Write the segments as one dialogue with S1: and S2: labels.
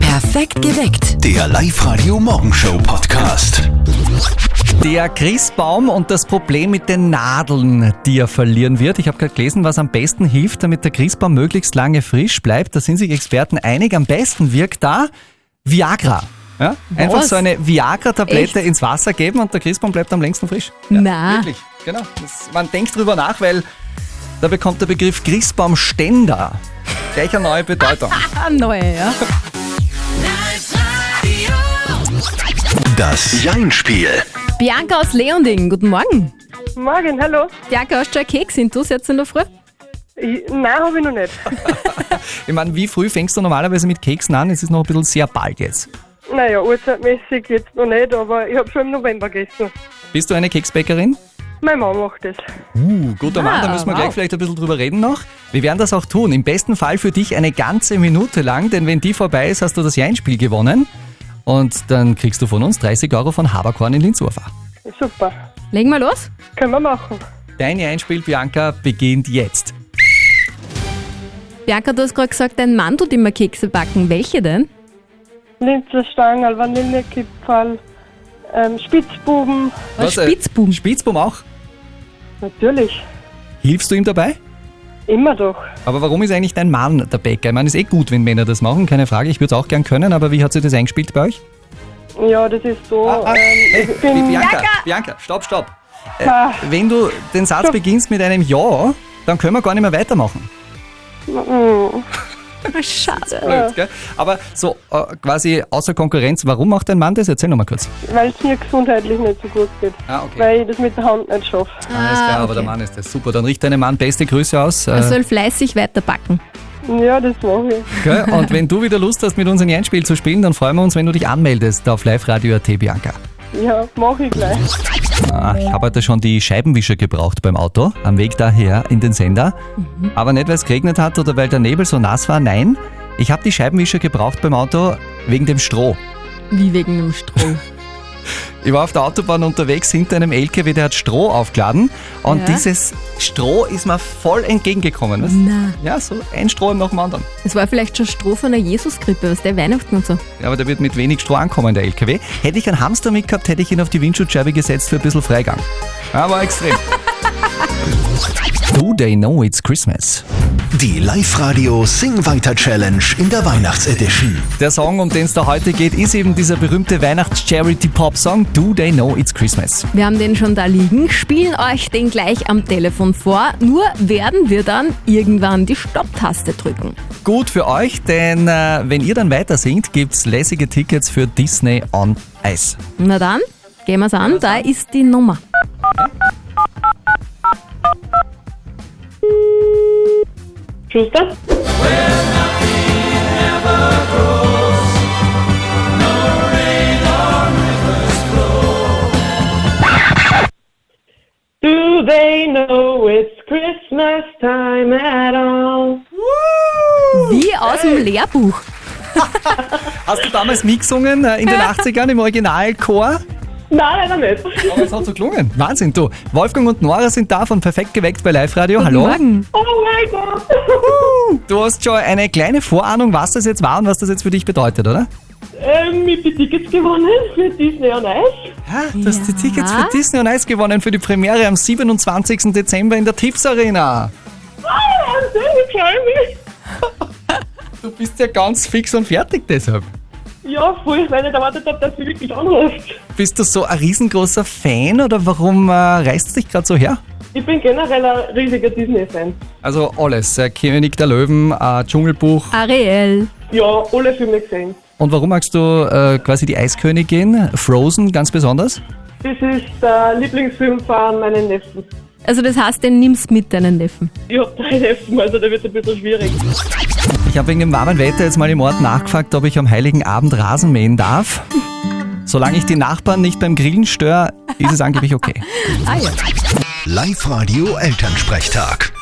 S1: Perfekt geweckt.
S2: Der Live-Radio Morgenshow Podcast.
S3: Der Christbaum und das Problem mit den Nadeln, die er verlieren wird. Ich habe gerade gelesen, was am besten hilft, damit der Christbaum möglichst lange frisch bleibt. Da sind sich Experten einig. Am besten wirkt da Viagra. Ja? Einfach
S4: Was?
S3: so eine Viagra-Tablette ins Wasser geben und der Christbaum bleibt am längsten frisch.
S4: Na.
S3: Wirklich, genau. Das, man denkt drüber nach, weil da bekommt der Begriff Christbaumständer gleich eine neue Bedeutung.
S4: Ah, neue, ja.
S2: Das Jein-Spiel.
S4: Bianca aus Leonding, guten Morgen.
S5: Morgen, hallo.
S4: Bianca, hast du schon einen Keks in du jetzt in der Früh?
S5: Ich, nein, habe ich noch nicht.
S3: Ich meine, wie früh fängst du normalerweise mit Keksen an? Es ist noch ein bisschen sehr bald jetzt.
S5: Naja, uhrzeitmäßig jetzt noch nicht, aber ich habe schon im November gegessen.
S3: Bist du eine Keksbäckerin?
S5: Meine Mama macht das.
S3: Uh, guter Mann, da müssen wir
S4: wow.
S3: gleich vielleicht ein bisschen drüber reden noch. Wir werden das auch tun. Im besten Fall für dich eine ganze Minute lang, denn wenn die vorbei ist, hast du das Jeinspiel gewonnen. Und dann kriegst du von uns 30 Euro von Haberkorn in Linzurfer.
S5: Super.
S4: Legen wir los.
S5: Können wir machen.
S3: Dein Jeinspiel, Bianca, beginnt jetzt.
S4: Bianca, du hast gerade gesagt, dein Mann tut immer Kekse backen. Welche denn?
S5: Linzerstangerl, Vanillekipferl, ähm, Spitzbuben.
S3: äh,
S4: Spitzbuben.
S3: Spitzbum auch.
S5: Natürlich.
S3: Hilfst du ihm dabei?
S5: Immer doch.
S3: Aber warum ist eigentlich dein Mann der Bäcker? Ich meine, ist eh gut, wenn Männer das machen, keine Frage. Ich würde es auch gern können, aber wie hat sich das eingespielt bei euch?
S5: Ja, das ist so.
S3: Ah,
S5: ähm,
S3: hey,
S5: ich bin,
S3: Bianca, Bianca, stopp, stopp. Äh,
S5: Ah,
S3: Wenn du den Satz beginnst mit einem Ja, dann können wir gar nicht mehr weitermachen.
S5: mm,
S4: Ah, Schade.
S3: blöd, gell? Aber so äh, quasi außer Konkurrenz, warum macht ein Mann das? Erzähl nochmal kurz.
S5: weil es mir gesundheitlich nicht so gut geht.
S3: Ah, okay.
S5: Weil ich das mit der Hand nicht schaffe.
S3: Alles klar, aber der Mann ist das. Super, dann richte deinem Mann beste Grüße aus. Äh,
S4: Er soll fleißig weiterbacken.
S5: Ja, das mache ich.
S3: gell? Und wenn du wieder Lust hast, mit uns ein Jeinspiel zu spielen, dann freuen wir uns, wenn du dich anmeldest auf liveradio.at, Bianca.
S5: Ja, mache ich gleich.
S3: Ah, ich habe heute schon die Scheibenwischer gebraucht beim Auto, am Weg daher in den Sender. Aber nicht, weil es geregnet hat oder weil der Nebel so nass war, nein. Ich habe die Scheibenwischer gebraucht beim Auto wegen dem Stroh.
S4: Wie wegen einem Stroh.
S3: Ich war auf der Autobahn unterwegs hinter einem LKW, der hat Stroh aufgeladen und
S4: Ja.
S3: dieses Stroh ist mir voll entgegengekommen. Was?
S4: Na.
S3: Ja, so ein Stroh nach dem anderen.
S4: Es war vielleicht schon Stroh von einer Jesuskrippe, was der Weihnachten und so.
S3: Ja, aber der wird mit wenig Stroh ankommen, der LKW. Hätte ich einen Hamster mit gehabt, hätte ich ihn auf die Windschutzscheibe gesetzt für ein bisschen Freigang. Ja, war extrem. Do they know it's Christmas?
S2: Die Live-Radio Sing Weiter Challenge in der Weihnachtsedition.
S3: Der Song, um den es da heute geht, ist eben dieser berühmte Weihnachts-Charity-Pop-Song Do they know it's Christmas?
S4: Wir haben den schon da liegen, spielen euch den gleich am Telefon vor, nur werden wir dann irgendwann die Stopptaste drücken.
S3: gut für euch, denn äh, wenn ihr dann weiter singt, gibt's lässige Tickets für Disney on Ice.
S4: Na dann, gehen wir's an, da ist die Nummer.
S5: Schuster? Do they know it's Christmas time at all?
S4: Wie aus dem Lehrbuch.
S3: Hast du damals mitgesungen äh, in den 80ern im Originalchor?
S5: Nein, leider nicht.
S3: Aber es hat so gelungen. Wahnsinn, du. Wolfgang und Nora sind da von Perfekt geweckt bei Live Radio. Hallo.
S4: Morgen.
S5: Oh mein Gott!
S3: Du hast schon eine kleine Vorahnung, was das jetzt war und was das jetzt für dich bedeutet, oder?
S5: Ähm, mit die Tickets gewonnen für Disney on Ice.
S3: Du hast die Tickets für Disney on Ice gewonnen für die Premiere am 27. Dezember in der Tiffs Arena.
S5: Oh, Wahnsinn, ich freue mich.
S3: Du bist ja ganz fix und fertig deshalb.
S5: Ja, voll, weil ich nicht erwartet habe, dass du wirklich anrufst.
S3: Bist du so ein riesengroßer Fan oder warum äh, reißt es dich gerade so her?
S5: Ich bin generell ein riesiger Disney-Fan.
S3: Also alles, äh, König der Löwen, äh, Dschungelbuch.
S4: Ariel.
S5: Ja, alle Filme gesehen.
S3: Und warum magst du äh, quasi die Eiskönigin, Frozen ganz besonders?
S5: Das ist der Lieblingsfilm von meinen Neffen.
S4: Also das heißt, den nimmst mit deinen Neffen.
S5: Ich hab drei Neffen, also da wird ein bisschen schwierig.
S3: Ich habe wegen dem warmen Wetter jetzt mal im Ort nachgefragt, ob ich am heiligen Abend Rasen mähen darf. Solange ich die Nachbarn nicht beim Grillen störe, ist es angeblich okay.
S4: Ah ja.
S2: Live-Radio Elternsprechtag.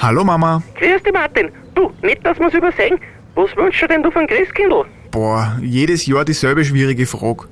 S6: Hallo Mama.
S7: Grüß dich, Martin. Du, nicht, dass wir's übersehen. Was wünschst du denn du von Christkindl?
S6: Boah, jedes Jahr dieselbe schwierige Frage.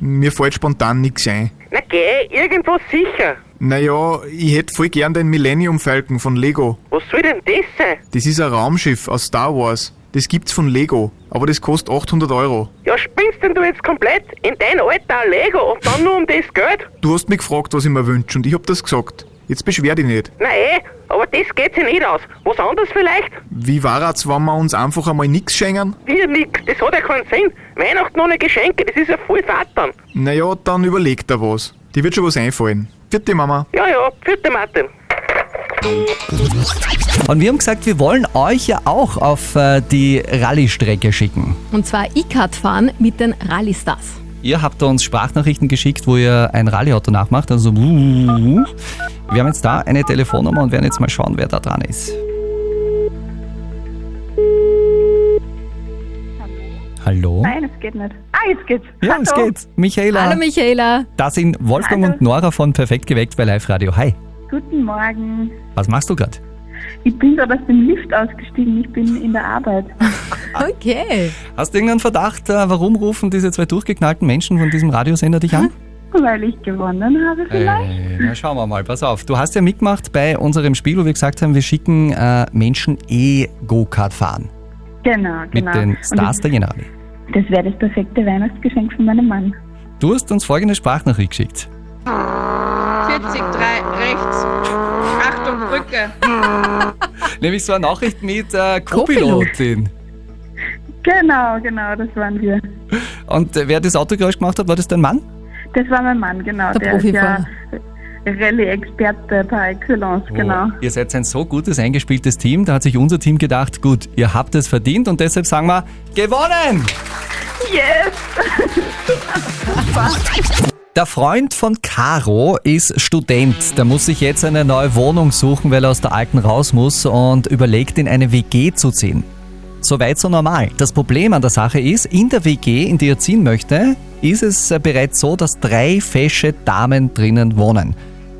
S6: Mir fällt spontan nichts ein.
S7: Na geh, irgendwas sicher.
S6: Naja, ich hätte voll gern den Millennium Falcon von Lego.
S7: Was soll denn das sein?
S6: Das ist ein Raumschiff aus Star Wars. Das gibt's von Lego, aber das kostet 800 Euro.
S7: Ja, spinnst denn du jetzt komplett in dein Alter ein Lego und dann nur um das Geld?
S6: Du hast mich gefragt, was ich mir wünsche und ich hab das gesagt. Jetzt beschwer dich nicht.
S7: Na eh, aber das geht sich nicht aus. Was anderes vielleicht?
S6: Wie war's, wenn wir uns einfach einmal nichts schenken?
S7: Wir nix, das hat ja keinen Sinn. Weihnachten ohne Geschenke, das ist ja voll Vatern.
S6: Naja, dann überlegt er was. Dir wird schon was einfallen. Vierte Mama.
S7: Ja, ja, vierte Martin.
S3: Und wir haben gesagt, wir wollen euch ja auch auf äh, die Rallye-Strecke schicken.
S4: Und zwar E-Card fahren mit den Rallystars.
S3: Ihr habt uns Sprachnachrichten geschickt, wo ihr ein Rallye-Auto nachmacht. Also, wir haben jetzt da eine Telefonnummer und werden jetzt mal schauen, wer da dran ist. Hallo?
S1: Nein, es geht nicht. Ah, jetzt geht's.
S3: Ja, es
S1: Hallo.
S3: geht's. Michaela.
S4: Hallo Michaela.
S3: Da sind Wolfgang
S1: Hallo.
S3: und Nora von Perfekt geweckt bei Live Radio. Hi,
S1: Guten Morgen.
S3: was machst du gerade?
S1: Ich bin gerade aus dem Lift ausgestiegen. Ich bin in der Arbeit.
S4: Okay.
S3: Hast du irgendeinen Verdacht, äh, warum rufen diese zwei durchgeknallten Menschen von diesem Radiosender dich an?
S1: Weil ich gewonnen habe vielleicht.
S3: Äh, na, schauen wir mal, pass auf. Du hast ja mitgemacht bei unserem Spiel, wo wir gesagt haben, wir schicken äh, Menschen eh Go-Kart fahren
S1: Genau,
S3: mit
S1: genau.
S3: den
S1: Und
S3: Stars der Generali.
S1: das das wäre das perfekte Weihnachtsgeschenk von meinem Mann.
S3: Du hast uns folgende Sprachnachricht geschickt.
S8: 40, 3, rechts. Achtung, Brücke.
S3: Nämlich so eine Nachricht mit äh,
S4: Co-Pilot.
S3: Co-Pilotin.
S1: Genau, genau, das waren wir.
S3: Und äh, wer das Autogeräusch gemacht hat, war das dein Mann?
S1: Das war mein Mann, genau.
S4: Der
S1: ist ja
S4: Profifahrer.
S1: Rallye-Experte par excellence,
S3: Oh.
S1: genau.
S3: Ihr seid ein so gutes, eingespieltes Team. Da hat sich unser Team gedacht, gut, ihr habt es verdient und deshalb sagen wir, gewonnen!
S1: Yes!
S3: Der Freund von Caro ist Student. Der muss sich jetzt eine neue Wohnung suchen, weil er aus der alten raus muss und überlegt, in eine WG zu ziehen. Soweit so normal. Das Problem an der Sache ist, in der WG, in die er ziehen möchte, ist es äh, bereits so, dass drei fesche Damen drinnen wohnen.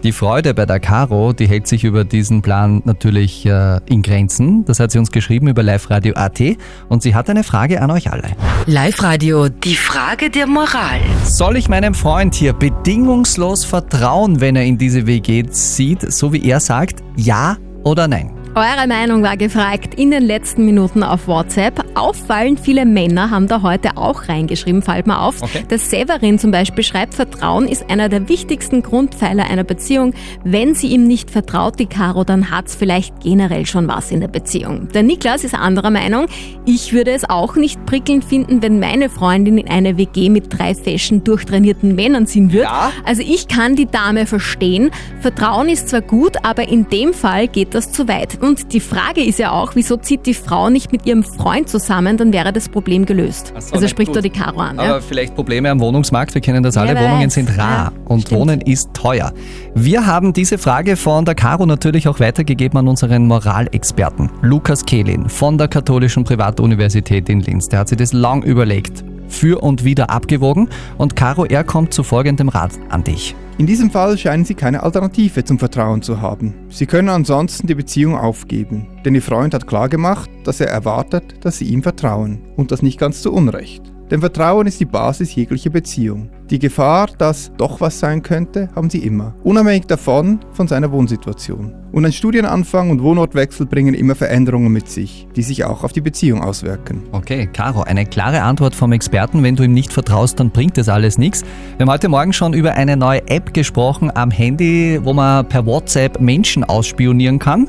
S3: Die Freude bei der Caro, die hält sich über diesen Plan natürlich äh, in Grenzen. Das hat sie uns geschrieben über liveradio.at und sie hat eine Frage an euch alle.
S9: Live Radio, die Frage der Moral.
S3: Soll ich meinem Freund hier bedingungslos vertrauen, wenn er in diese WG zieht, so wie er sagt, ja oder nein?
S4: Eure Meinung war gefragt in den letzten Minuten auf WhatsApp. Auffallend viele Männer haben da heute auch reingeschrieben, fällt mir auf.
S3: Okay.
S4: Der Severin zum Beispiel schreibt, Vertrauen ist einer der wichtigsten Grundpfeiler einer Beziehung. Wenn sie ihm nicht vertraut, die Caro, dann hat's vielleicht generell schon was in der Beziehung. Der Niklas ist anderer Meinung. Ich würde es auch nicht prickelnd finden, wenn meine Freundin in eine WG mit drei fashion durchtrainierten Männern ziehen würde.
S3: Ja.
S4: Also ich kann die Dame verstehen. Vertrauen ist zwar gut, aber in dem Fall geht das zu weit. Und die Frage ist ja auch, wieso zieht die Frau nicht mit ihrem Freund zusammen, dann wäre das Problem gelöst.
S3: Ach so,
S4: also
S3: na
S4: spricht
S3: gut.
S4: da die Caro an.
S3: Aber
S4: Ja?
S3: vielleicht Probleme am Wohnungsmarkt, wir kennen das alle,
S4: Wer weiß.
S3: Wohnungen sind
S4: Ja,
S3: rar und
S4: stimmt.
S3: Wohnen ist teuer. Wir haben diese Frage von der Caro natürlich auch weitergegeben an unseren Moralexperten, Lukas Kehlin von der Katholischen Privatuniversität in Linz. Der hat sich das lang überlegt, für und wieder abgewogen und Caro, er kommt zu folgendem Rat an dich.
S10: In diesem Fall scheinen sie keine Alternative zum Vertrauen zu haben. Sie können ansonsten die Beziehung aufgeben, denn ihr Freund hat klargemacht, dass er erwartet, dass sie ihm vertrauen. Und das nicht ganz zu Unrecht. Denn Vertrauen ist die Basis jeglicher Beziehung. Die Gefahr, dass doch was sein könnte, haben sie immer, unabhängig davon von seiner Wohnsituation. Und ein Studienanfang und Wohnortwechsel bringen immer Veränderungen mit sich, die sich auch auf die Beziehung auswirken.
S3: Okay, Caro, eine klare Antwort vom Experten. Wenn du ihm nicht vertraust, dann bringt das alles nichts. Wir haben heute Morgen schon über eine neue App gesprochen am Handy, wo man per WhatsApp Menschen ausspionieren kann.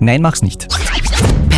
S3: Nein, mach's nicht.